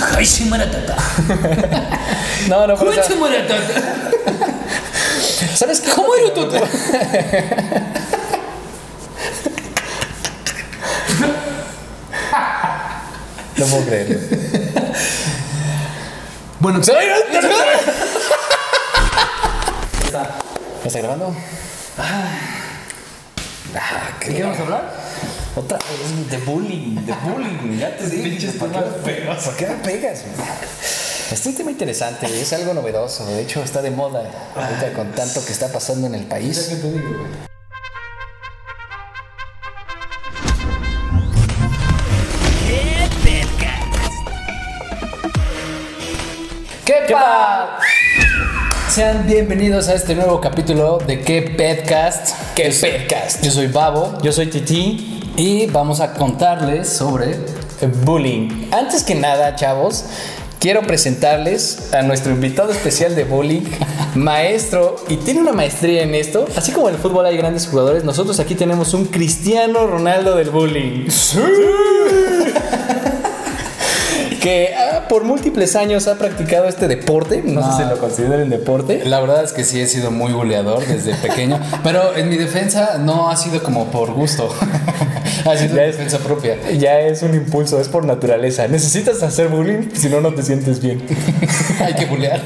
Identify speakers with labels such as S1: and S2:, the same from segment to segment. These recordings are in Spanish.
S1: ¡Kaise Maratata!
S2: No, no, pero. o sea,
S1: ¡Kuetsu Maratata!
S2: ¿Sabes qué?
S1: ¿Cómo era todo?
S2: No puedo creerlo.
S1: Bueno,
S2: ¡Se va a ir! ¿Me está grabando? Ah,
S1: ¿De qué
S2: qué
S1: vamos a hablar?
S2: Otra vez de bullying, de bullying. Ya te dije,
S1: pinches
S2: ¿por qué
S1: temas
S2: me- ¿Por qué me pegas? man? Este es un tema interesante, es algo novedoso. De hecho, está de moda ahorita con tanto que está pasando en el país.
S1: que te digo, güey.
S2: ¿Qué pa? Sean bienvenidos a este nuevo capítulo de ¿Qué Petcast? ¿Qué Petcast? Yo soy Babo
S3: Yo soy Titi.
S2: y vamos a contarles sobre bullying. Antes que nada, chavos, quiero presentarles a nuestro invitado especial de bullying, maestro, y tiene una maestría en esto.
S3: Así como en el fútbol hay grandes jugadores, nosotros aquí tenemos un Cristiano Ronaldo del bullying.
S2: Que ah, por múltiples años ha practicado este deporte. No, sé si lo consideren deporte.
S4: La verdad es que sí he sido muy buleador desde pequeño, pero en mi defensa no ha sido como por gusto, ha sido
S2: Ya
S4: una
S2: es-
S4: defensa propia.
S2: Ya es un impulso, es por naturaleza. Necesitas hacer bullying, si no, no te sientes bien.
S4: Hay que bulear.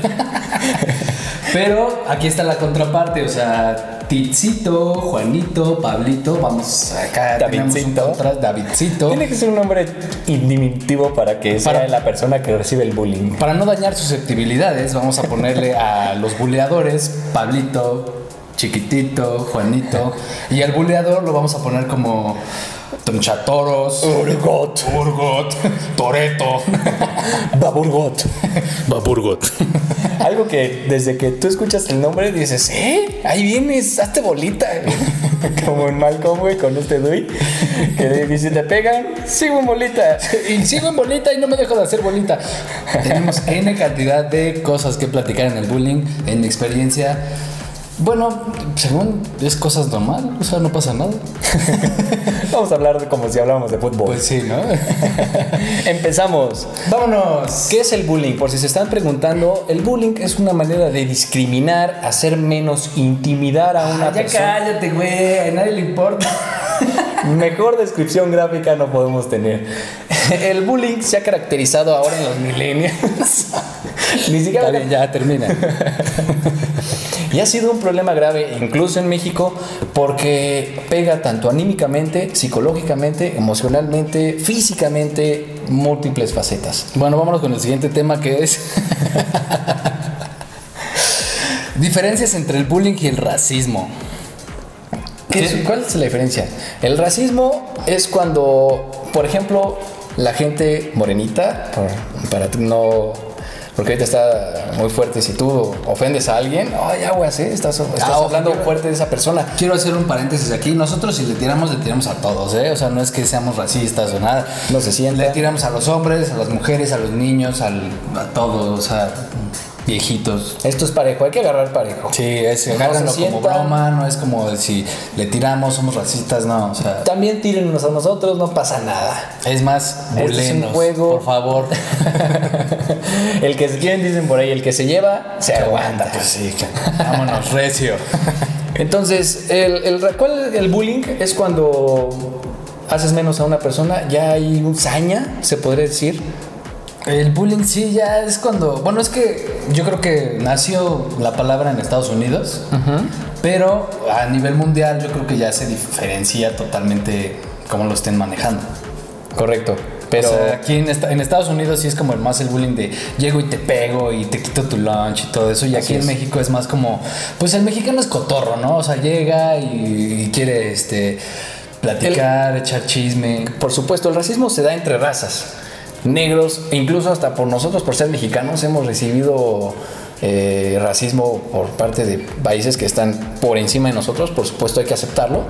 S4: Pero aquí está la contraparte, o sea, Titsito, Juanito, Pablito, vamos acá tenemos un
S2: Davidcito.
S4: contraste, Davidcito.
S2: Tiene que ser un nombre indiminutivo para que sea
S4: Para-
S2: la persona que recibe el bullying.
S4: Para no dañar susceptibilidades, vamos a ponerle a los buleadores Pablito, Chiquitito, Juanito. Y al buleador lo vamos a poner como Tonchatoros,
S2: Urgot,
S4: Urgot, Toreto.
S2: Baburgot. Baburgot. Algo que desde que tú escuchas el nombre dices, ¿eh? Ahí vienes, hazte bolita. Como en Malcolm, güey, con este Dewey. Que dice, te pegan, sigo en bolita.
S4: Y sigo en bolita y no me dejo de hacer bolita. Tenemos N cantidad de cosas que platicar en el bullying, en mi experiencia. Bueno, según es cosas normal, o sea, no pasa nada.
S2: Vamos a hablar de- como si habláramos de fútbol.
S4: Pues sí, ¿no?
S2: Empezamos.
S4: Vámonos.
S2: ¿Qué es el bullying? Por si se están preguntando, el bullying es una manera de discriminar, hacer menos, intimidar a una
S4: Ah, ya
S2: persona.
S4: cállate, güey, a nadie le importa.
S2: Mejor descripción gráfica no podemos tener. El bullying se ha caracterizado ahora en los millennials. Ni siquiera.
S4: Está bien, ya termina.
S2: Y ha sido un problema grave, incluso en México, porque pega tanto anímicamente, psicológicamente, emocionalmente, físicamente, múltiples facetas.
S4: Bueno, vámonos con el siguiente tema que es. Diferencias entre el bullying y el racismo.
S2: ¿Qué es- ¿Cuál es la diferencia? El racismo es cuando, por ejemplo, la gente morenita, por- para tú no. Porque ahorita está muy fuerte. Si tú ofendes a alguien, ay, aguas, ¿eh? Estás, estás
S4: ojo,
S2: hablando
S4: quiero-
S2: fuerte de esa persona.
S4: Quiero hacer un paréntesis aquí. Nosotros si le tiramos, le tiramos a todos, ¿eh? O sea, no es que seamos racistas o nada.
S2: No se sienta.
S4: Le tiramos a los hombres, a las mujeres, a los niños, al- a todos, o sea, viejitos.
S2: Esto es parejo, hay que agarrar parejo.
S4: Sí, es agárrenlo como
S2: sienta.
S4: broma, no es como de si le tiramos, somos racistas, no, o sea,
S2: También tírennos a nosotros, no pasa nada.
S4: es más
S2: Este es un
S4: bulenos,
S2: juego.
S4: por favor.
S2: el que se quieren, dicen por ahí, el que se lleva, se aguanta.
S4: Pues sí, claro. vámonos, recio.
S2: Entonces, el, el, ra- ¿cuál el bullying? Es cuando haces menos a una persona, ya hay un saña, se podría decir.
S4: El bullying sí ya es cuando, bueno, es que yo creo que nació la palabra en Estados Unidos, pero a nivel mundial yo creo que ya se diferencia totalmente cómo lo estén manejando.
S2: Correcto.
S4: Pero
S2: Pero
S4: aquí en, esta- en Estados Unidos sí es como el más el bullying de llego y te pego y te quito tu lunch y todo eso. Y aquí
S2: Así es.
S4: en México es más como, pues el mexicano es cotorro, ¿no? O sea, llega y, y quiere este platicar, echar chisme.
S2: por supuesto, el racismo se da entre razas. Negros, e incluso hasta por nosotros, por ser mexicanos, hemos recibido eh, racismo por parte de países que están por encima de nosotros. Por supuesto, hay que aceptarlo.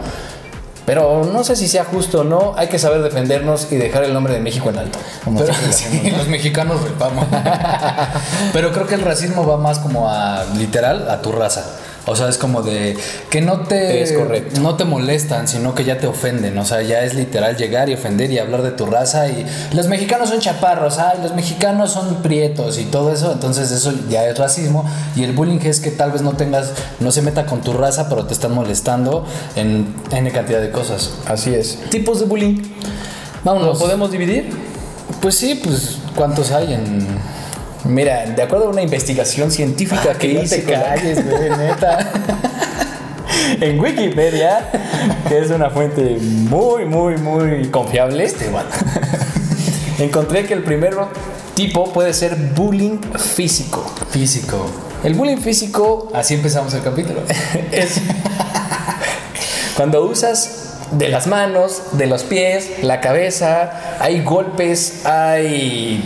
S2: Pero no sé si sea justo o no. Hay que saber defendernos y dejar el nombre de México en alto. como
S4: Pero
S2: siempre lo
S4: sí, los mexicanos repamos. Pero creo que el racismo va más como a literal a tu raza. O sea, es como de que no te
S2: Es correcto.
S4: no te molestan, sino que ya te ofenden. O sea, ya es literal llegar y ofender y hablar de tu raza y los mexicanos son chaparros, ah, ay, los mexicanos son prietos y todo eso. Entonces eso ya es racismo y el bullying es que tal vez no tengas, no se meta con tu raza, pero te están molestando en N cantidad de cosas.
S2: Así es.
S3: Tipos de bullying. ¿Lo
S4: Vámonos.
S3: podemos dividir?
S4: Pues sí, pues cuántos hay en
S2: Mira, de acuerdo a una investigación científica que
S3: ya Ah, te
S2: hice con la-
S3: calles, güey, neta. en Wikipedia, que es una fuente muy, muy, muy confiable,
S2: encontré que el primer tipo puede ser bullying físico.
S4: físico.
S2: El bullying físico
S4: Así empezamos el capítulo.
S2: es cuando usas de las manos, de los pies, la cabeza, hay golpes, hay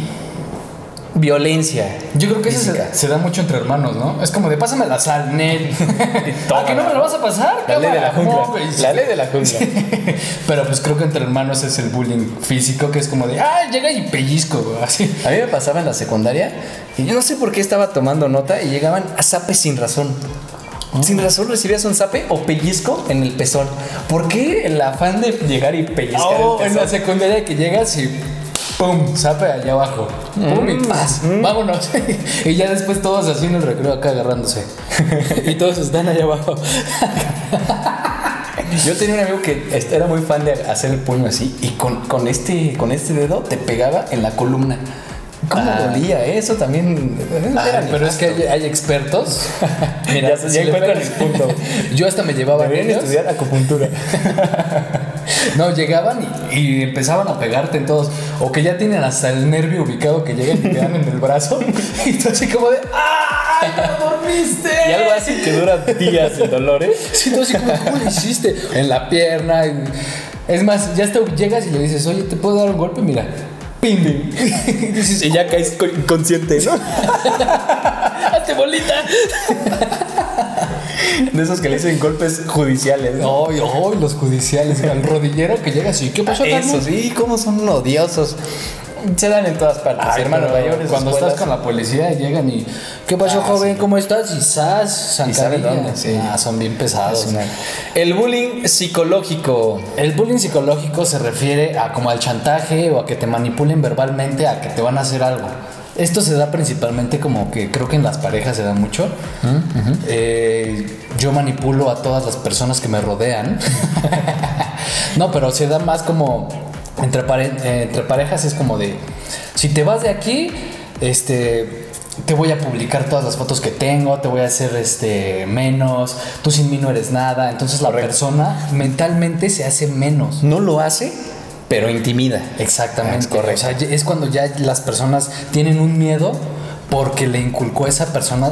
S2: violencia.
S4: Yo creo que eso se,
S2: Física.
S4: se da mucho entre hermanos, ¿no? Es como de pásame la sal, Ned. ¿A que no me lo vas a pasar?
S2: La ley de la
S4: Cámara,
S2: jungla.
S4: no, güey.
S2: La ley de la jungla.
S4: Pero pues creo que entre hermanos es el bullying físico, que es como de, ah, llega y pellizco, güey, así.
S2: A mí me pasaba en la secundaria y yo no sé por qué estaba tomando nota y llegaban a zapes sin razón.
S4: Oh.
S2: Sin razón recibías un zape o pellizco en el pezón. ¿Por qué el afán de llegar y pellizcar
S4: Oh,
S2: el
S4: en
S2: pezón?
S4: la secundaria que llegas y pum, sape allá abajo. Pum
S2: Mm.
S4: y paz, vámonos. y ya después todos así en el recreo acá agarrándose.
S3: y todos están allá abajo.
S2: Yo tenía un amigo que este, era muy fan de hacer el puño así y con, con este, con este dedo te pegaba en la columna. ¿Cómo
S4: Ah.
S2: dolía eh? eso también?
S4: Ah,
S2: era
S4: pero es que hay, hay expertos.
S2: Ya- ya
S4: le
S2: encuentran
S4: pegas-
S2: el punto.
S4: Yo hasta me llevaba
S2: Deberían
S4: ellos.
S2: estudiar acupuntura.
S4: No, llegaban y, y empezaban a pegarte en todos. O que ya tienen hasta el nervio ubicado que llegan y te dan en el brazo. Y tú así como de ¡Ah! ¡Ya dormiste!
S3: Y algo así que dura días el dolor, ¿eh?
S4: Sí, tú así como, ¿cómo lo hiciste? En la pierna. en- Es más, ya hasta llegas y le dices, oye, ¿te puedo dar un golpe? Mira. Pim, pim. Y dices,
S3: Y ya caes co- inconsciente, ¿no?
S4: ¡Hazte bolita!
S3: De esos que le dicen golpes judiciales, ¿no?
S4: ¡Ay, ay! Los judiciales. Al rodillero que llegas y ¿qué pasó,
S2: Ah, Eso
S4: Carlos?
S2: sí, cómo son odiosos. Se dan en todas partes,
S4: Ay,
S2: hermanos
S4: pero
S2: mayores.
S4: Cuando
S2: escuelas.
S4: estás con la policía llegan y. ¿Qué pasó,
S2: Ah,
S4: joven? ¿Cómo estás? Y sas,
S2: saben
S4: zancadilla.
S2: dónde, sí.
S4: Ah, son bien pesados.
S2: Es una-
S3: El bullying psicológico.
S4: El bullying psicológico se refiere a como al chantaje o a que te manipulen verbalmente, a que te van a hacer algo. Esto se da principalmente como que creo que en las parejas se da mucho. Eh, yo manipulo a todas las personas que me rodean. no, pero se da más como entre, pare- eh, entre parejas es como de, si te vas de aquí, este... Te voy a publicar todas las fotos que tengo, te voy a hacer este menos, tú sin mí no eres nada, entonces la persona mentalmente se hace menos.
S2: No lo hace, pero intimida.
S4: Exactamente.
S2: Es correcto.
S4: O sea, ya- es cuando ya las personas tienen un miedo porque le inculcó a esa persona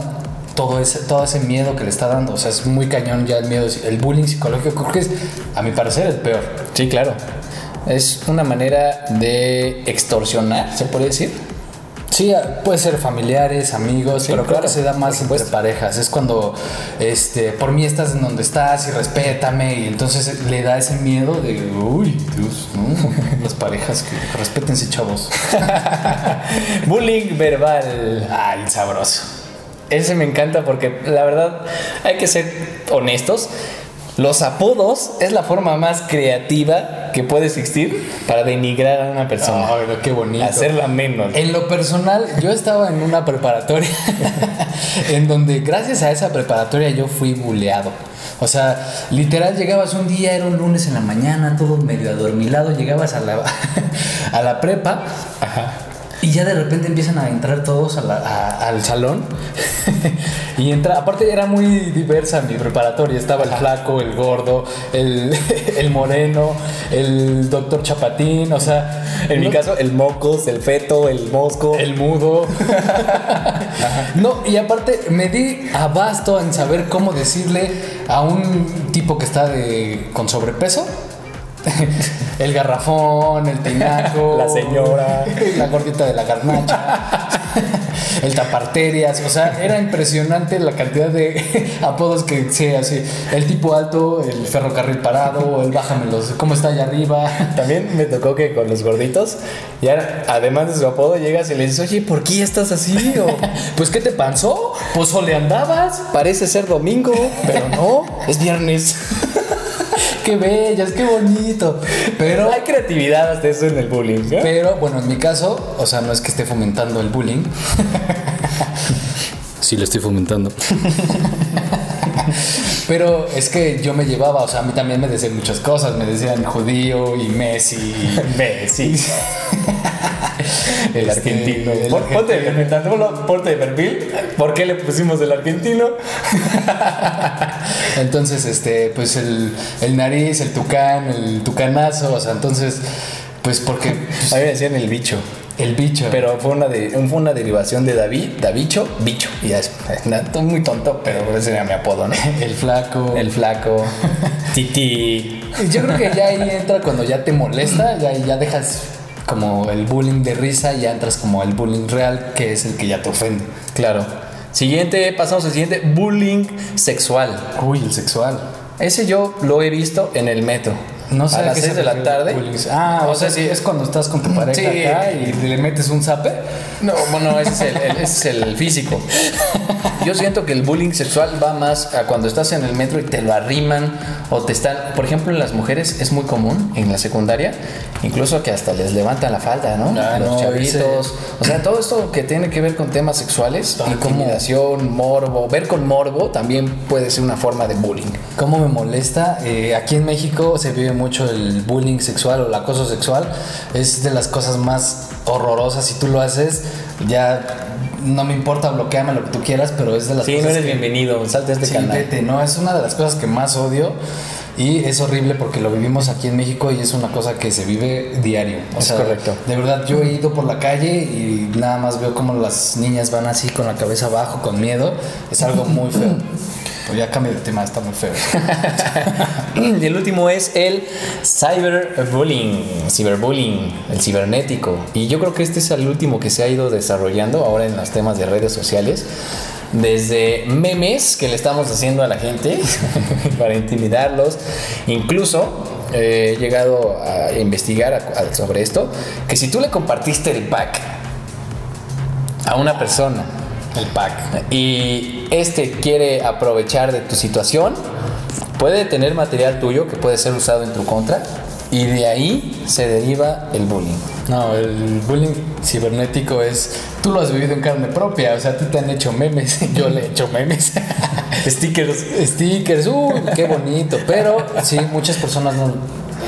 S4: todo ese, todo ese miedo que le está dando. O sea, es muy cañón ya el miedo. El bullying psicológico creo que es, a mi parecer, el peor.
S2: Sí, claro. Es una manera de extorsionar, se puede decir.
S4: Sí, a- puede ser familiares, amigos, pero creo
S2: claro,
S4: que se da más entre parejas. Es cuando, este, por mí estás en donde estás y respétame. Y entonces le da ese miedo de, uy, Dios, no. las parejas que respétense, chavos.
S2: Bullying verbal.
S4: Ay, sabroso.
S2: Ese me encanta porque la verdad hay que ser honestos. Los apodos es la forma más creativa que puede existir para denigrar a una persona.
S4: Ay, qué Ah, bonito. Eh,
S2: Hacerla menos.
S4: En lo personal, yo estaba en una preparatoria en donde gracias a esa preparatoria yo fui buleado. O sea, literal llegabas un día, era un lunes en la mañana, todo medio adormilado, llegabas a la, a la prepa y ya de repente empiezan a entrar todos a la- a- al salón. y entra, aparte era muy diversa mi preparatoria. Estaba el flaco, el gordo, el, el moreno, el doctor Chapatín. O sea,
S2: En mi
S4: no-
S2: caso, el mocos, el feto, el mosco.
S4: el mudo. no, y aparte me di abasto en saber cómo decirle a un tipo que está de, con sobrepeso. El garrafón, el tinaco,
S2: La señora.
S4: la gordita de la garnacha. el taparterias, o sea, era impresionante la cantidad de apodos que se así, el tipo alto, el ferrocarril parado, el bájamelos, cómo está allá arriba.
S2: También me tocó que con los gorditos, ya además de su apodo, llegas y le dices, oye, ¿por qué estás así? O,
S4: Pues qué te pasó? Pues o le andabas.
S2: Parece ser domingo, pero no, es viernes.
S4: Qué bellas, qué bonito. Pero
S2: Pero hay creatividad hasta eso en el bullying. ¿eh?
S4: Pero bueno, en mi caso, o sea, no es que esté fomentando el bullying. Sí, lo estoy fomentando. Pero es que yo me llevaba, o sea, a mí también me decían muchas cosas. Me decían judío y Messi.
S2: Messi, el
S4: este,
S2: argentino.
S4: el
S2: Pon- ponte, de perfil, tan solo ponte de perfil. ¿Por qué le pusimos el argentino?
S4: Entonces, este, pues el, el nariz, el tucán, el tucanazo. O sea, entonces, pues porque pues,
S2: A mí me decían el bicho.
S4: el bicho.
S2: Pero fue una, de, fue una derivación de David, Davicho, bicho. Y ya es, es na- to- muy tonto, pero ese era mi apodo, ¿no?
S4: el flaco.
S2: El flaco, Titi.
S4: Yo creo que ya ahí entra cuando ya te molesta, ya, ya dejas como el bullying de risa y ya entras como el bullying real, que es el que ya te ofende.
S2: Claro. Siguiente, pasamos al siguiente, bullying sexual.
S4: Uy, el sexual.
S2: Ese yo lo he visto en el metro.
S4: No sé
S2: a las
S4: qué
S2: 6
S4: se
S2: de la
S4: refiere
S2: tarde.
S4: bullying. Ah, o,
S2: No
S4: sea,
S2: sé si-
S4: es cuando estás con tu pareja
S2: Sí.
S4: acá y le metes un zape.
S2: No, bueno, ese es el, el- ese es el físico. Yo siento que el bullying sexual va más a cuando estás en el metro y te lo arriman o te están, por ejemplo, en las mujeres es muy común en la secundaria, incluso que hasta les levantan la falda, ¿no?
S4: Ah,
S2: Los
S4: no,
S2: chavitos, o sea, todo esto que tiene que ver con temas sexuales,
S4: Ah, ¿cómo?
S2: intimidación, morbo, ver con morbo también puede ser una forma de bullying.
S4: ¿Cómo me molesta? Eh, aquí en México se vive mucho el bullying sexual o el acoso sexual. Es de las cosas más horrorosas. Si tú lo haces, ya no me importa, bloqueame lo que tú quieras, pero es de las cosas que-
S2: bienvenido, salte de este
S4: Sí, vete, no, es una de las cosas que más odio y es horrible porque lo vivimos aquí en México y es una cosa que se vive diario. O
S2: Es correcto.
S4: De verdad, yo he ido por la calle y nada más veo como las niñas van así con la cabeza abajo, con miedo. Es algo muy feo. Pues ya cambio de tema, está muy feo.
S2: Y el último es el cyberbullying, ciberbullying, el cibernético. Y yo creo que este es el último que se ha ido desarrollando ahora en los temas de redes sociales. Desde memes que le estamos haciendo a la gente para intimidarlos, incluso eh, he llegado a investigar a- a- sobre esto, que si tú le compartiste el pack a una persona,
S4: El pack.
S2: y este quiere aprovechar de tu situación, puede tener material tuyo que puede ser usado en tu contra y de ahí se deriva el bullying.
S4: No, el bullying cibernético es. Tú lo has vivido en carne propia, o sea, a ti te han hecho memes. Yo le he hecho memes.
S2: Stickers.
S4: Stickers, uh, qué bonito. Pero sí, muchas personas no.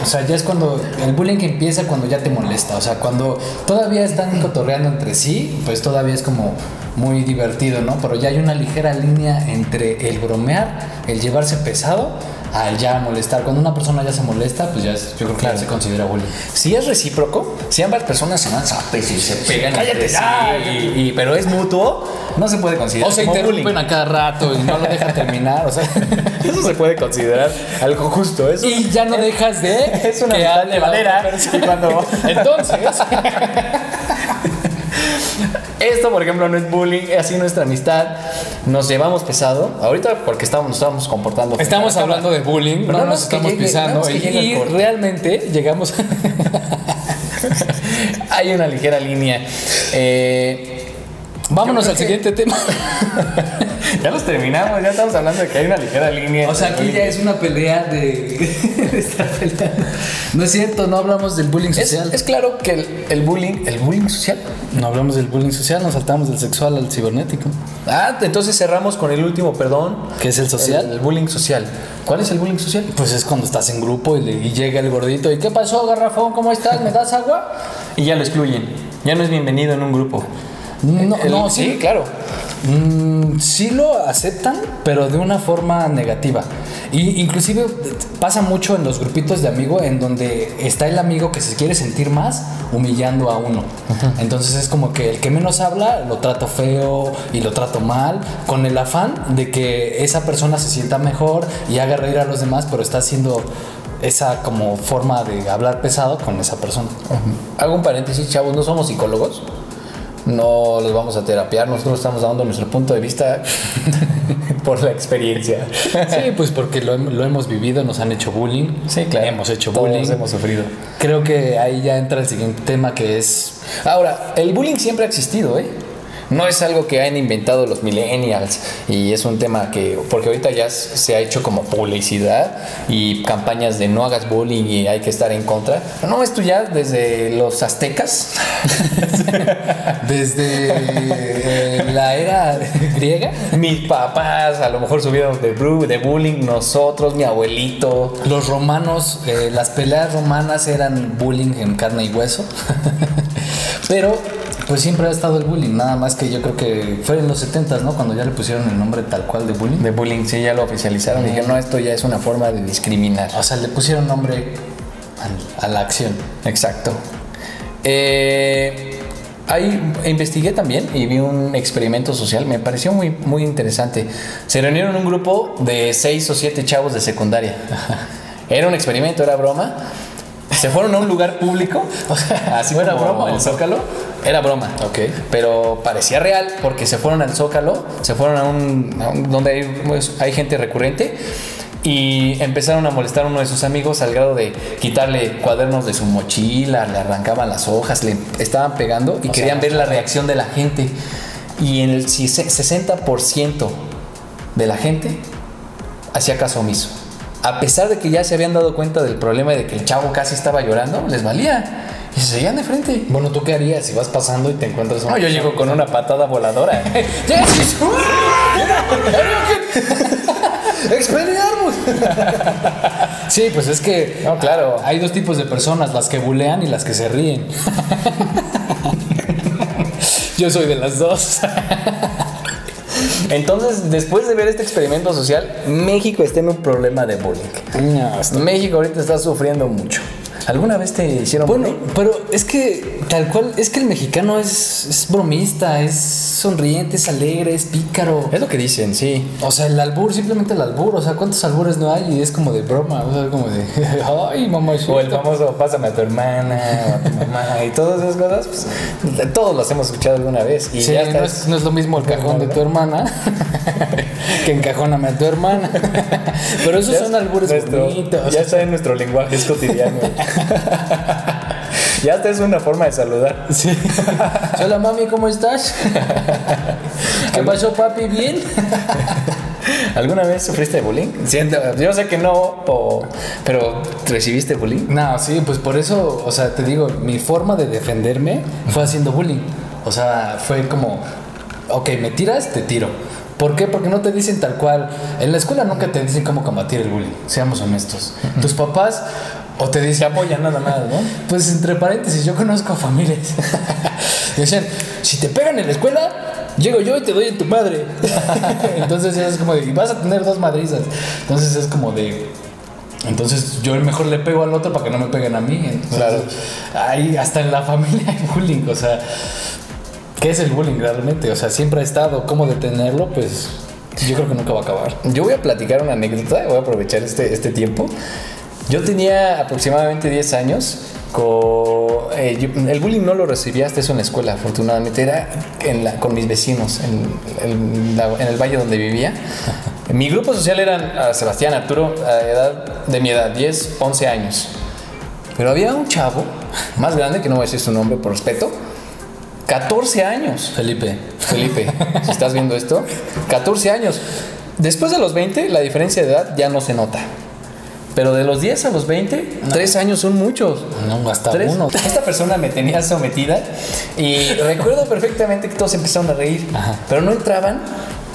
S4: O sea, ya es cuando el bullying que empieza cuando ya te molesta. O sea, cuando todavía están cotorreando entre sí, pues todavía es como muy divertido, ¿no? Pero ya hay una ligera línea entre el bromear, el llevarse pesado, al ya molestar. Cuando una persona ya se molesta, pues ya es- yo creo que ya se considera bullying.
S2: Si es recíproco, si ambas personas se dan zapes y Ah, pues, se pegan,
S4: Cállate
S2: entre sí,
S4: ya.
S2: y- y- pero es mutuo, no se puede considerar
S4: O se
S2: como
S4: interrumpen a cada rato y no lo dejan terminar. O sea,
S2: bullying. Eso se puede considerar algo justo. Eso
S4: y ya no dejas de
S2: es una
S4: que
S2: amistad
S4: hable la otra
S2: llevadera. Y cuando
S4: Entonces,
S2: Esto, por ejemplo, no es bullying, es así nuestra amistad. Nos llevamos pesado. Ahorita porque estamos, nos estamos comportando. frente
S4: estamos
S2: a la
S4: hablando de bullying,
S2: Pero
S4: no
S2: nada
S4: nos
S2: más que
S4: estamos
S2: llegue- nada
S4: pisando.
S2: más que
S4: Y,
S2: llegue al
S4: y
S2: corte.
S4: realmente llegamos.
S2: cámara. Hay una ligera línea. Eh,
S4: Vámonos
S2: Yo creo
S4: al siguiente tema.
S2: ya los terminamos, ya estamos hablando de que hay una ligera línea. entre bullying.
S4: es una pelea de. estar peleando. No es cierto, no hablamos del bullying
S2: Es, es claro que el, el bullying, el bullying social.
S4: No hablamos del bullying social, nos saltamos del sexual al cibernético.
S2: Ah, entonces cerramos con el último, perdón.
S4: ¿Qué es el social?
S2: El, el bullying social. ¿Cuál es el bullying social?
S4: Pues es cuando estás en grupo y, le- y llega el gordito. ¿Y qué pasó, garrafón? ¿Cómo estás? ¿Me das agua?
S2: Y ya lo excluyen. Ya no es bienvenido en un grupo.
S4: No,
S2: El-
S4: no,
S2: sí,
S4: sí,
S2: claro.
S4: Mm, sí lo aceptan, pero de una forma negativa. Y inclusive pasa mucho en los grupitos de amigo en donde está el amigo que se quiere sentir más humillando a uno. Entonces es como que el que menos habla lo trato feo y lo trato mal con el afán de que esa persona se sienta mejor y haga reír a los demás, pero está haciendo esa como forma de hablar pesado con esa persona.
S2: Hago un paréntesis, chavos, no somos psicólogos. no los vamos a terapiar, nosotros estamos dando nuestro punto de vista por la experiencia.
S4: Sí, pues porque lo, hem- lo hemos vivido, nos han hecho bullying.
S2: Sí, claro.
S4: Hemos hecho
S2: Todos
S4: bullying.
S2: hemos sufrido.
S4: Creo que ahí ya entra el siguiente tema que es.
S2: Ahora, el bullying siempre ha existido, ¿eh? No es algo que han inventado los millennials y es un tema que, porque ahorita ya s- se ha hecho como publicidad y campañas de no hagas bullying y hay que estar en contra. No, esto ya desde los aztecas.
S4: Desde eh, la era griega.
S2: Mis papás a lo mejor subieron de, bru- de bullying, nosotros, mi abuelito.
S4: Los romanos, eh, las peleas romanas eran bullying en carne y hueso. Pero, pues siempre ha estado el bullying. Nada más que yo creo que fue en los 70 ¿no? Cuando ya le pusieron el nombre tal cual de bullying.
S2: De bullying, sí, ya lo oficializaron. Dije, no, esto ya es una forma de discriminar.
S4: O sea, le pusieron nombre al- a la acción.
S2: Exacto. Eh, ahí investigué también y vi un experimento social, me pareció muy, muy interesante. Se reunieron un grupo de seis o siete chavos de secundaria. Era un experimento, era broma. Se fueron a un lugar público, o sea, así
S4: ¿No era
S2: era broma
S4: broma o
S2: el Zócalo. Era broma,
S4: Ok.
S2: pero parecía real porque se fueron al Zócalo, se fueron a un, a un- donde hay, pues, hay gente recurrente y empezaron a molestar a uno de sus amigos al grado de quitarle cuadernos de su mochila, le arrancaban las hojas, le estaban pegando y
S4: O
S2: querían
S4: sea,
S2: ver la reacción de la gente. Y en el si- 60% de la gente hacía caso omiso. A pesar de que ya se habían dado cuenta del problema y de que el chavo casi estaba llorando, les valía. Y se seguían de frente.
S4: Bueno, ¿tú qué harías si vas pasando y te encuentras
S2: No, yo llego con una patada voladora.
S4: ¡Expelliarmus! Sí, pues es que.
S2: No, claro.
S4: Hay dos tipos de personas, las que bulean y las que se ríen. Yo soy de las dos.
S2: Entonces, después de ver este experimento social, México está en un problema de bullying. México ahorita está sufriendo mucho. ¿Alguna vez te hicieron
S4: Bueno,
S2: bullying?
S4: pero es que tal cual, es que el mexicano es, es bromista, es sonriente, es alegre, es pícaro.
S2: Es lo que dicen, sí.
S4: O sea, el albur, simplemente el albur. O sea, ¿cuántos albures no hay? Y es como de broma. O sea, como de. Ay, mamá.
S2: O el famoso pásame a tu hermana o a tu mamá y todas esas cosas, pues, todos las hemos escuchado alguna vez. Y
S4: Sí,
S2: ya
S4: no,
S2: está.
S4: es, no es lo mismo el cajón de tu hermana que encajóname a tu hermana. Pero esos
S2: Ya
S4: son
S2: es
S4: albures
S2: nuestro-
S4: bonitos.
S2: Ya está en nuestro lenguaje, es cotidiano. ya hasta es una forma de saludar.
S4: Sí. Hola mami, ¿cómo estás? ¿Qué pasó papi? ¿Bien?
S2: ¿Alguna vez sufriste bullying? Siento- yo sé que no, o- pero ¿recibiste bullying?
S4: No, sí, pues por eso, o sea, te digo, mi forma de defenderme fue haciendo bullying. O sea, fue como, ok, me tiras, te tiro. ¿Por qué? Porque no te dicen tal cual. En la escuela nunca te dicen cómo combatir el bullying, seamos honestos. Tus papás o te dicen...
S2: apoyan nada más, ¿no?
S4: Pues entre paréntesis, yo conozco a familias. Decían, si te pegan en la escuela, llego yo y te doy en tu madre. Entonces es como de, y vas a tener dos madrizas. Entonces es como de, entonces yo mejor le pego al otro para que no me peguen a mí. Entonces,
S2: Claro.
S4: Ahí, hasta en la familia hay bullying, o sea, ¿qué es el bullying realmente? O sea, siempre ha estado, ¿cómo detenerlo? Pues yo creo que nunca va a acabar.
S2: Yo voy a platicar una anécdota, voy a aprovechar este, este tiempo. Yo tenía aproximadamente 10 años. co- eh, yo- el bullying no lo recibía hasta eso en la escuela, afortunadamente. Era en la- con mis vecinos, en, en la- en el valle donde vivía. Mi grupo social eran ah, Sebastián, Arturo, a edad, de mi edad, 10, 11 años. Pero había un chavo más grande, que no voy a decir su nombre por respeto, 14 años.
S4: Felipe.
S2: Felipe, si estás viendo esto, 14 años. Después de los 20, la diferencia de edad ya no se nota. Pero de los 10 a los 20, 3 años son muchos.
S4: pues, No, hasta
S2: Tres.
S4: uno.
S2: Esta persona me tenía sometida y recuerdo perfectamente que todos empezaron a reír,
S4: Ajá.
S2: pero no entraban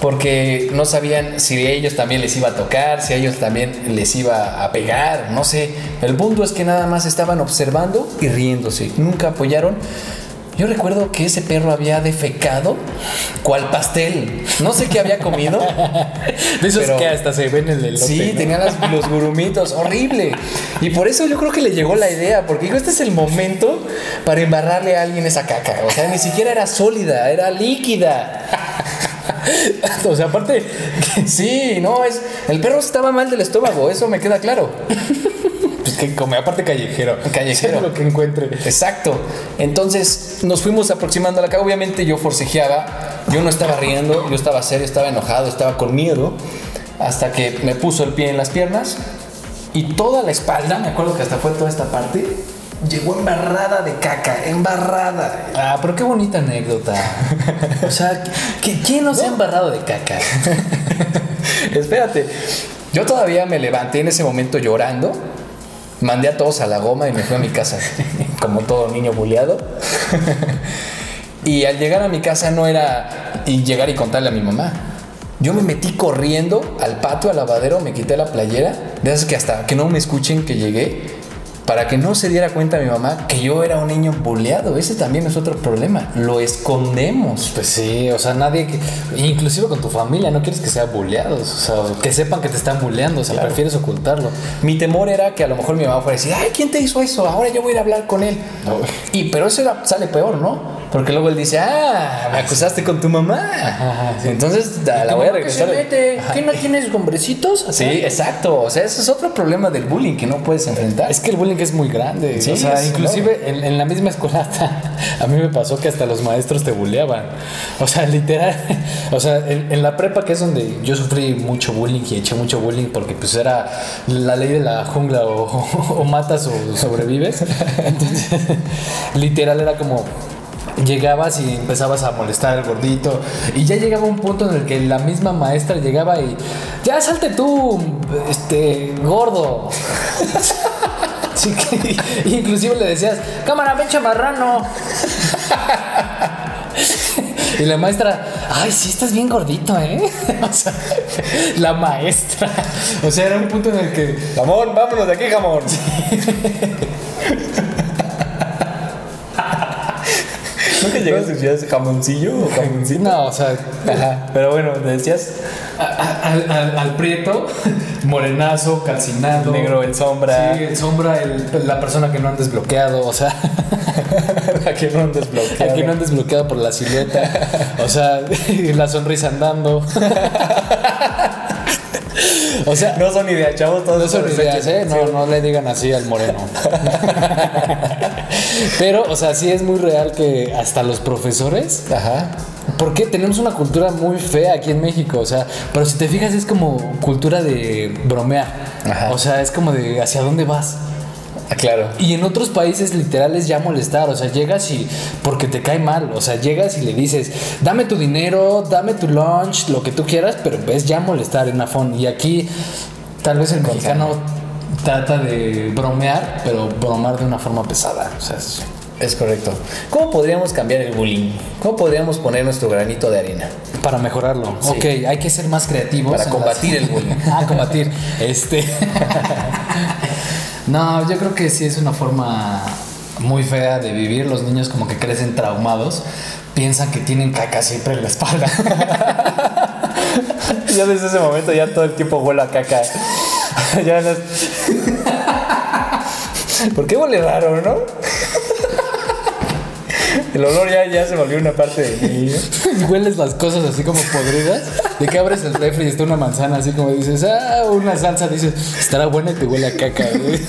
S2: porque no sabían si a ellos también les iba a tocar, si a ellos también les iba a pegar, no sé. El punto es que nada más estaban observando y riéndose, nunca apoyaron. Yo recuerdo que ese perro había defecado cual pastel. No sé qué había comido.
S4: De esos
S2: Pero-
S4: que hasta se ven en el elote,
S2: Sí,
S4: ¿no?
S2: tenía las- los gurumitos, horrible. Y por eso yo creo que le llegó la idea, porque dijo, este es el momento para embarrarle a alguien esa caca. O sea, ni siquiera era sólida, era líquida.
S4: O sea, aparte,
S2: Sí, no, es... El perro estaba mal del estómago, eso me queda claro.
S4: pues
S3: que come, aparte callejero.
S2: Callejero.
S3: Sea lo que encuentre.
S2: Exacto. Entonces nos fuimos aproximando a la cama. Obviamente yo forcejeaba, yo no estaba riendo, yo estaba serio, estaba enojado, estaba con miedo, hasta que me puso el pie en las piernas y toda la espalda, me acuerdo que hasta fue toda esta parte, llegó embarrada de caca, embarrada.
S4: Ah, pero qué bonita anécdota. O sea, ¿qui- ¿quién nos ha embarrado de caca?
S2: Espérate, yo todavía me levanté en ese momento llorando, mandé a todos a la goma y me fui a mi casa, como todo niño buleado. Y al llegar a mi casa no era y llegar y contarle a mi mamá. Yo me metí corriendo al patio, al lavadero, me quité la playera, de esas que hasta que no me escuchen que llegué, para que no se diera cuenta mi mamá que yo era un niño buleado. Ese también es otro problema, lo escondemos.
S4: Pues sí, o sea, nadie, que- inclusive con tu familia, no quieres que sea buleados, o sea, que sepan que te están buleando, o sea, prefieres ocultarlo.
S2: Mi temor era que a lo mejor mi mamá fuera a decir, ay, ¿quién te hizo eso? Ahora yo voy a ir a hablar con él. Y pero eso era- sale peor, ¿no? Porque luego él dice, ah, me acusaste con tu mamá. Entonces da- la voy a regresar.
S1: ¿Qué no tienes hombrecitos?
S2: Sí, exacto. O sea, ese es otro problema del bullying que no puedes enfrentar.
S4: Es que el bullying es muy grande,
S2: Sí,
S4: o sea,
S2: es
S4: inclusive en, en la misma escuela hasta- a mí me pasó que hasta los maestros te buleaban. O sea, literal, o sea, en, en la prepa que es donde yo sufrí mucho bullying y eché mucho bullying porque pues era la ley de la jungla o, o matas o sobrevives. Entonces, literal era como llegabas y empezabas a molestar al gordito y ya llegaba un punto en el que la misma maestra llegaba y ya salte tú este gordo Sí, que- inclusive le decías, cámara, pinche marrano. Y la maestra, ay, sí, estás bien gordito, ¿eh? O sea, la maestra. O sea, era un punto en el que...
S3: Jamón, vámonos de aquí, jamón. ¿Nunca llegaste a decías jamoncillo o jamoncito?
S4: No, o sea,
S3: Ajá, Pero bueno, decías
S4: a- a- al, al- al prieto, morenazo, calcinado.
S3: negro en sombra.
S4: Sí, en sombra, el- la persona que no han desbloqueado, o sea...
S3: a que no han desbloqueado.
S4: Aquí no han desbloqueado por la silueta. O sea, y la sonrisa andando. O sea,
S3: No son ideas, chavos, todos
S4: no son
S3: son
S4: ideas, ¿eh? No, no le digan así al moreno. Pero, o sea, sí es muy real que hasta los profesores. Ajá. Porque tenemos una cultura muy fea aquí en México, o sea, pero si te fijas es como cultura de bromear.
S2: Ajá.
S4: O sea, es como de hacia dónde vas.
S2: Ah, Claro.
S4: Y en otros países literal es ya molestar, o sea, llegas y porque te cae mal, o sea, llegas y le dices, dame tu dinero, dame tu lunch, lo que tú quieras, pero es ya molestar en afón. Y aquí tal vez el mexicano trata de bromear, pero bromar de una forma pesada, o sea, es-
S2: Es correcto. ¿Cómo podríamos cambiar el bullying? ¿Cómo podríamos poner nuestro granito de arena?
S4: para mejorarlo. Ok, hay que ser más creativos.
S2: Para
S4: en
S2: combatir el bullying.
S4: ah, combatir. Este. no, yo creo que sí es una forma muy fea de vivir. Los niños como que crecen traumados. Piensan que tienen caca siempre en la espalda.
S3: Yo desde ese momento ya todo el tiempo huelo a caca. ya no ¿Por qué huele raro, no? El olor ya, ya se volvió una parte de mí.
S4: Y Hueles las cosas así como podridas. De que abres el refri y está una manzana así como dices, ah, una salsa. Dices, estará buena y te huele a caca. güey".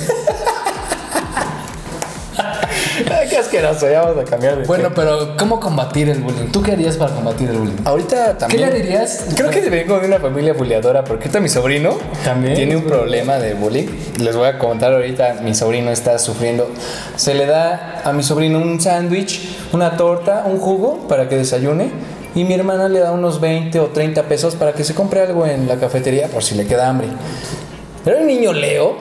S3: Ay, qué asqueroso, ya vamos a cambiar de
S4: Bueno,
S3: tema.
S4: pero ¿cómo combatir el bullying? ¿Tú qué harías para combatir el bullying?
S2: Ahorita
S4: ¿Qué
S2: también.
S4: le dirías?
S3: Creo que vengo de una familia buleadora porque ahorita mi sobrino
S4: También.
S3: tiene un problema de bullying. Les voy a contar ahorita, mi sobrino está sufriendo. Se le da a mi sobrino un sándwich, una torta, un jugo para que desayune y mi hermana le da unos 20 o 30 pesos para que se compre algo en la cafetería por si le queda hambre. Pero el niño Leo,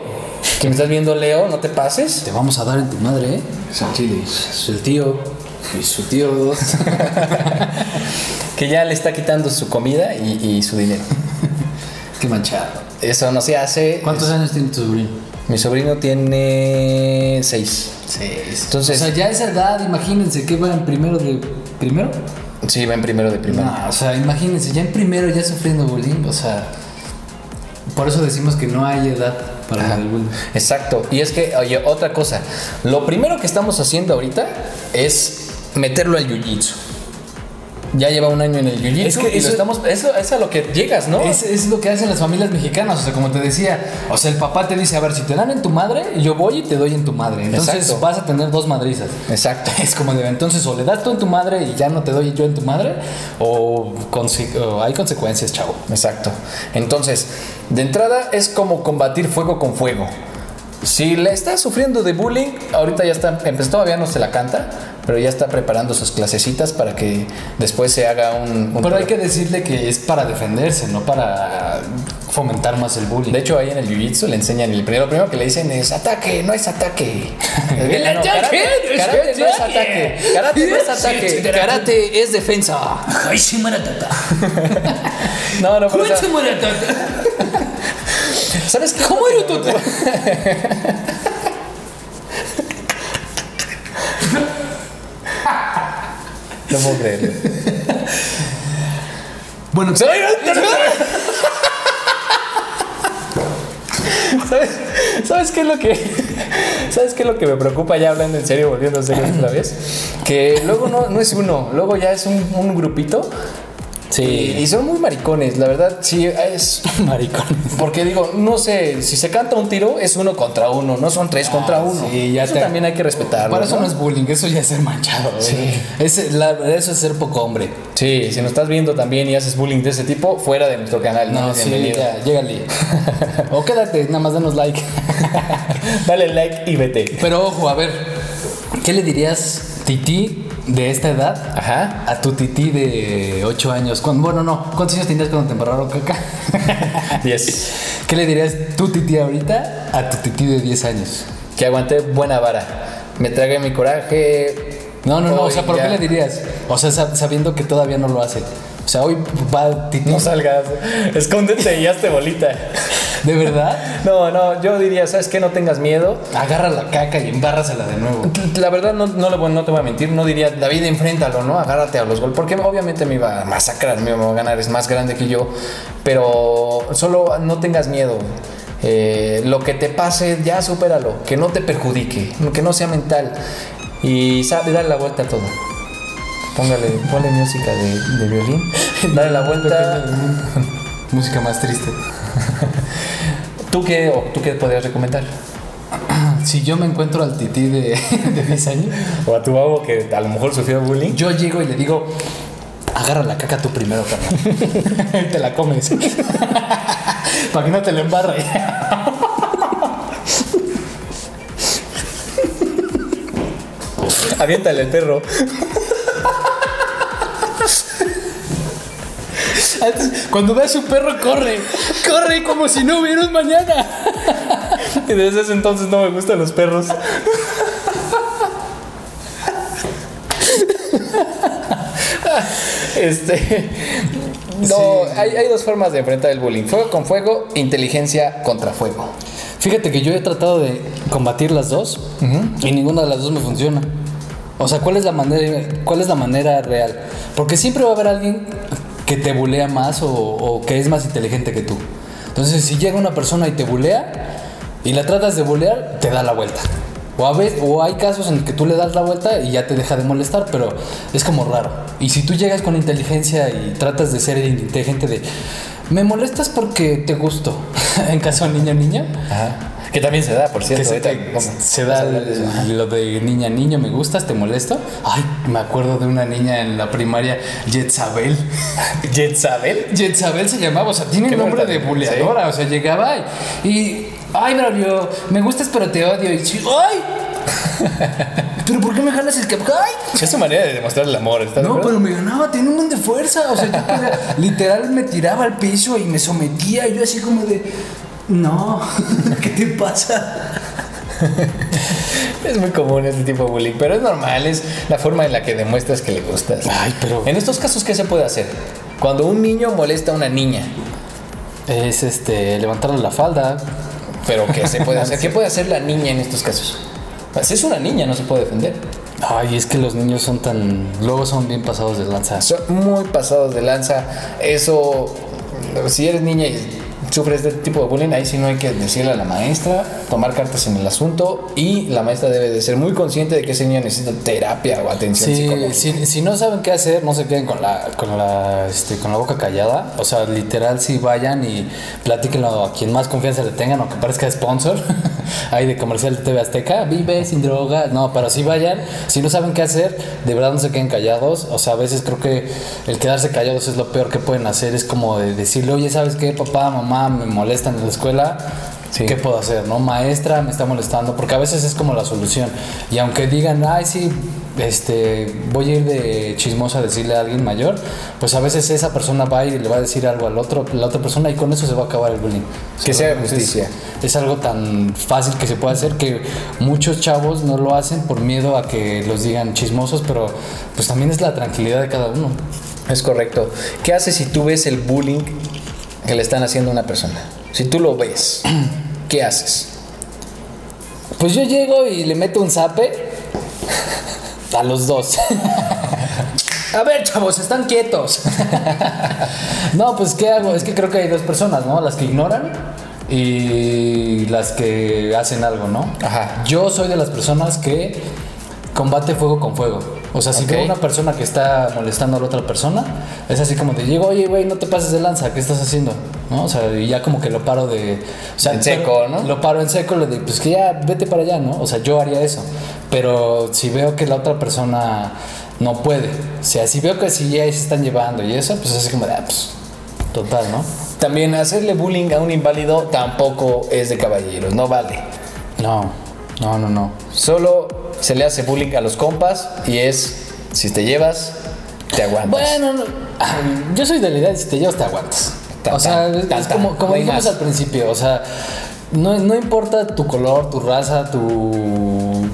S3: que me estás viendo Leo, no te pases.
S4: Te vamos a dar en tu madre, ¿eh? El tío y su tío dos.
S2: Que ya le está quitando su comida y, y su dinero.
S4: Qué manchado.
S2: Eso no se hace.
S4: ¿Cuántos años tiene tu sobrino?
S2: Mi sobrino tiene seis.
S4: Seis.
S2: Entonces-
S4: o sea, ya a esa edad, imagínense que va en primero de. ¿Primero?
S2: Sí, va en primero de primaria.
S4: No, o sea, imagínense, ya en primero ya sufriendo bullying, o sea. Por eso decimos que no hay edad para el bullying.
S2: Exacto. Y es que, oye, otra cosa. Lo primero que estamos haciendo ahorita es meterlo al jiu-jitsu. ya lleva un año en el jiu-jitsu
S4: Es que
S2: y lo
S4: eso-
S2: estamos, eso es a lo que llegas, ¿no?
S4: Es, es lo que hacen las familias mexicanas, o sea, como te decía, o sea, el papá te dice, a ver, si te dan en tu madre, yo voy y te doy en tu madre. Entonces
S2: Exacto.
S4: vas a tener dos madrizas.
S2: Exacto.
S4: Es como de, entonces o le das tú en tu madre y ya no te doy yo en tu madre, o, conse- o hay consecuencias, chavo.
S2: Exacto. Entonces, de entrada es como combatir fuego con fuego. Si le está sufriendo de bullying, ahorita ya está, pues todavía no se la canta, pero ya está preparando sus clasecitas para que después se haga un... un
S4: Pero hay que decirle que es para defenderse, no para fomentar más el bullying.
S2: De hecho, ahí en el jiu-jitsu le enseñan, el primero, lo primero que le dicen es ataque, no es ataque.
S4: El
S2: ¿Eh? No,
S4: ataque,
S2: karate, karate no es ataque. Karate no es ataque.
S4: karate es defensa.
S2: No, no, pero, o sea,
S4: ¿Sabes qué? ¿Cómo era tu
S2: no puedo creerlo.
S4: Bueno,
S2: ¿Sabes, ¿Sabes qué es lo que ¿Sabes qué es lo que me preocupa ya hablando en serio, volviendo a serio otra vez? Que luego no, no es uno, luego ya es un, un grupito. Y, y son muy maricones, la verdad, sí es
S4: maricón.
S2: porque digo, no sé, si se canta un tiro es uno contra uno, no son tres contra uno.
S4: Ah, sí, ya
S2: eso
S4: te-
S2: también hay que respetarlo.
S4: Para eso no es bullying, eso ya es ser manchado. Sí. eso es ser poco hombre.
S2: Sí, si nos estás viendo también y haces bullying de ese tipo, fuera de nuestro canal, no,
S4: No,
S2: eres
S4: sí,
S2: bienvenido.
S4: ya, llégale. o quédate, nada más danos like.
S2: Dale like y vete.
S4: Pero ojo, a ver, ¿qué le dirías, Titi, de esta edad?
S2: Ajá.
S4: A tu tití de 8 años. Cuan- Bueno, no. ¿Cuántos años tenías cuando te embarraron caca?
S2: Yes.
S4: ¿Qué le dirías tu tití ahorita a tu tití de 10 años?
S2: Que aguanté buena vara. Me tragué mi coraje.
S4: No, no, no.
S2: Hoy
S4: o sea, ¿por
S2: ya
S4: qué le dirías? O sea, sab- sabiendo que todavía no lo hace. O sea, hoy va tití.
S2: No salgas, escóndete y hazte bolita.
S4: ¿De verdad?
S2: No, no, yo diría, ¿sabes qué? No tengas miedo.
S4: Agarra la caca y embárrasela de nuevo.
S2: La verdad, no, no, le voy- no te voy a mentir, no diría, David, enfréntalo, ¿no? Agárrate a los golpes, porque obviamente me iba a masacrar, me iba a ganar, es más grande que yo, pero solo no tengas miedo. Eh, lo que te pase, ya supéralo, que no te perjudique, que no sea mental. Y sabe, dale la vuelta a todo. Póngale, ponle música de, de violín, dale la vuelta.
S4: Música más triste.
S2: ¿Tú qué, o ¿Tú qué podrías recomendar?
S4: Si yo me encuentro al tití de, de 10 años,
S2: O a tu babo que a lo mejor sufrió bullying.
S4: yo llego y le digo, agarra la caca tú primero, carnal. te la comes. Para que no te la embarre.
S2: Aviéntale el perro.
S4: Antes, cuando ve a su perro, corre. Corre como si no hubiera un mañana.
S2: Y desde ese entonces no me gustan los perros. Este. No, hay, hay dos formas de enfrentar el bullying: fuego con fuego, inteligencia contra fuego.
S4: Fíjate que yo he tratado de combatir las dos y ninguna de las dos me funciona. O sea, ¿cuál es la manera, cuál es la manera real? Porque siempre va a haber alguien que te bulea más o, o que es más inteligente que tú. Entonces, si llega una persona y te bulea y la tratas de bulear, te da la vuelta. O, a veces, o hay casos en que tú le das la vuelta y ya te deja de molestar, pero es como raro. Y si tú llegas con inteligencia y tratas de ser inteligente de, me molestas porque te gusto, en caso niño niña,
S2: Que también se da, por cierto.
S4: que se,
S2: ahorita
S4: te-
S2: vamos-
S4: se
S2: vamos
S4: da
S2: a hablar de eso. Ajá.
S4: lo de niña, niño, me gustas, te molesto. Ay, me acuerdo de una niña en la primaria, Yetzabel.
S2: Yetzabel.
S4: Yetzabel se llamaba, o sea, tiene
S2: Qué
S4: nombre de
S2: brutal,
S4: buleadora, o sea, llegaba y, y, ay, me olió, me gustas pero te odio. Y sí, ay, pero ¿por qué me ganas el que Ay,
S2: Es su manera de demostrar el amor, ¿estás de
S4: no, pero
S2: acuerdo?
S4: me ganaba, tenía un montón de fuerza. O sea, yo podía- literal me tiraba al piso y me sometía. y yo así como de, no, ¿qué te pasa?
S2: Es muy común este tipo de bullying, pero es normal, es la forma en la que demuestras que le gustas.
S4: Ay, pero-
S2: En estos casos, ¿qué se puede hacer? Cuando un niño molesta a una niña,
S4: Es este, levantarle la falda.
S2: Pero ¿qué se puede hacer? ¿Qué puede hacer la niña en estos casos? Pues, Si es una niña, no se puede defender.
S4: Ay, es que los niños son tan. Luego son bien pasados de lanza.
S2: Son muy pasados de lanza. Eso, si eres niña y sufres de este tipo de bullying, ahí sí no hay que decirle a la maestra, tomar cartas en el asunto y la maestra debe de ser muy consciente de que ese niño necesita terapia o atención
S4: Si,
S2: psicológica.
S4: si, si no saben qué hacer, no se queden con la, con la, este, con la boca callada. O sea, literal, si vayan y platíquenlo a quien más confianza le tengan, aunque parezca sponsor, ahí de comercial de TV Azteca, vive sin droga. No, pero si vayan, si no saben qué hacer, de verdad no se queden callados. O sea, a veces creo que el quedarse callados es lo peor que pueden hacer. Es como de decirle, oye, ¿sabes qué? Papá, mamá, me molestan en la escuela.
S2: Sí.
S4: ¿Qué puedo hacer? ¿No? Maestra, me está molestando. Porque a veces es como la solución. Y aunque digan, ay, sí, este, voy a ir de chismosa a decirle a alguien mayor, pues a veces esa persona va y le va a decir algo al otro, la otra persona, y con eso se va a acabar el bullying.
S2: Que
S4: O
S2: sea
S4: es-
S2: justicia.
S4: Es, algo tan fácil que se puede hacer que muchos chavos no lo hacen por miedo a que los digan chismosos, pero pues también es la tranquilidad de cada uno.
S2: Es correcto. ¿Qué haces si tú ves el bullying que le están haciendo a una persona? Si tú lo ves, ¿qué haces?
S4: Pues yo llego y le meto un zape a los dos.
S2: A ver, chavos, están quietos.
S4: No, pues ¿qué hago? Es que creo que hay dos personas, ¿no? Las que ignoran y las que hacen algo, ¿no?
S2: Ajá.
S4: Yo soy de las personas que combate fuego con fuego. O sea, si
S2: Ok.
S4: veo una persona que está molestando a la otra persona, es así como te digo, oye, güey, no te pases de lanza, ¿qué estás haciendo? ¿No? O sea, y ya como que lo paro de... O sea,
S2: En
S4: pero-
S2: seco, ¿no?
S4: Lo paro en seco, le digo, pues que ya vete para allá, ¿no? O sea, yo haría eso. Pero si veo que la otra persona no puede, o sea, si veo que si ya se están llevando y eso, pues es así como de, ah, pues, total, ¿no?
S2: También hacerle bullying a un inválido tampoco es de caballeros, no vale.
S4: No, no, no, no.
S2: Solo se le hace bullying a los compas y es si te llevas, te aguantas.
S4: Bueno, no, ah, yo soy de la idea de si te llevas te aguantas.
S2: Tan,
S4: o sea,
S2: tan,
S4: es
S2: tan,
S4: como,
S2: tan,
S4: como
S2: no hay
S4: dijimos
S2: más.
S4: al principio, o sea, no, no importa tu color, tu raza, tu,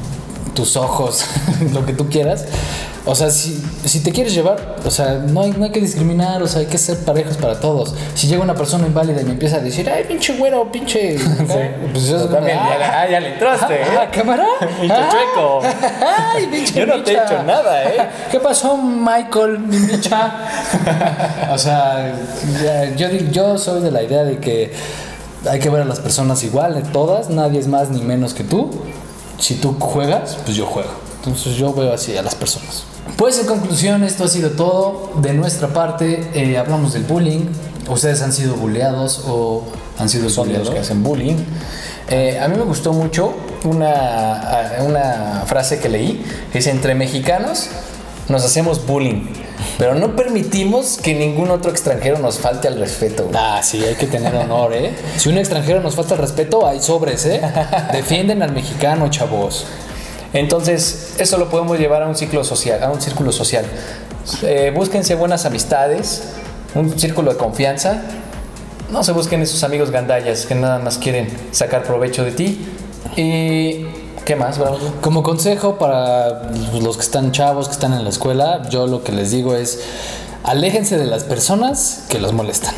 S4: tus ojos, lo que tú quieras. O sea, si, si te quieres llevar, o sea, no hay, no hay que discriminar, o sea, hay que ser parejos para todos. Si llega una persona inválida y me empieza a decir, ay, pinche güero, pinche... Pues yo soy como de,
S2: También, ya, le-
S4: "Ah,
S2: ah, ya le
S4: ah,
S2: entraste,
S4: ah,
S2: ¿eh?
S4: cámara?
S2: Pinche
S4: Ah,
S2: chueco.
S4: Ay, pinche
S2: Yo no te he
S4: bicha.
S2: hecho nada, ¿eh?
S4: ¿Qué pasó, Michael, mi bicha? o sea, ya, yo, di- yo soy de la idea de que hay que ver a las personas igual, de todas, nadie es más ni menos que tú. Si tú juegas, pues yo juego. Entonces yo veo así a las personas. Pues en conclusión, esto ha sido todo de nuestra parte. eh, hablamos del bullying. Ustedes han sido bulleados o han sido
S2: Son de los que
S4: bulleados?
S2: hacen bullying. Eh, a mí me gustó mucho una, a- una frase que leí que dice, entre mexicanos nos hacemos bullying, pero no permitimos que ningún otro extranjero nos falte al respeto. güey".
S4: Ah, sí, hay que tener honor, ¿eh? Si un extranjero nos falta el respeto, hay sobres, ¿eh? Defienden al mexicano, chavos.
S2: Entonces, eso lo podemos llevar a un ciclo social, a un círculo social. Eh, búsquense buenas amistades, un círculo de confianza. No se busquen esos amigos gandallas que nada más quieren sacar provecho de ti. Y ¿qué más, Bravo?
S4: Como consejo para los que están chavos, que están en la escuela, yo lo que les digo es, aléjense de las personas que los molestan.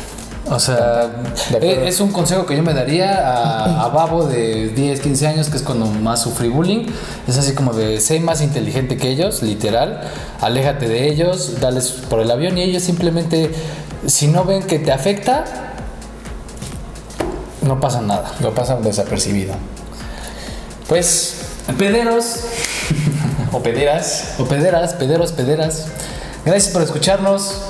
S4: O sea,
S2: De acuerdo.
S4: e- es un consejo que yo me daría a, a Babo de 10, 15 años, que es cuando más sufrí bullying. Es así como de, sé más inteligente que ellos, literal. Aléjate de ellos, dales por el avión y ellos simplemente, si no ven que te afecta, no pasa nada.
S2: Lo pasan desapercibido. Pues,
S4: Pederos,
S2: o pederas.
S4: O pederas, pederos, pederas. Gracias por escucharnos.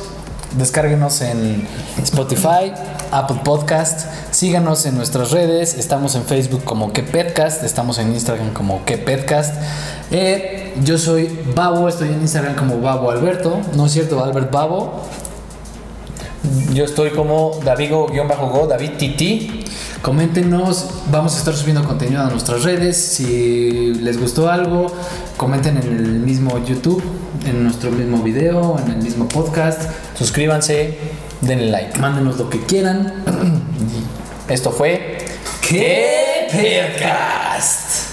S4: Descárguenos en Spotify, Apple Podcast. Síganos en nuestras redes. Estamos en Facebook como Que Podcast. Estamos en Instagram como Que Podcast. Eh, yo soy Babo. Estoy en Instagram como Babo Alberto. No es cierto, Albert Babo.
S2: Yo estoy como Davigo-go, David Titi.
S4: Coméntenos, vamos a estar subiendo contenido a nuestras redes. Si les gustó algo, comenten en el mismo YouTube, en nuestro mismo video, en el mismo podcast.
S2: Suscríbanse, denle like.
S4: Mándenos lo que quieran.
S2: Esto fue.
S4: ¿Qué podcast?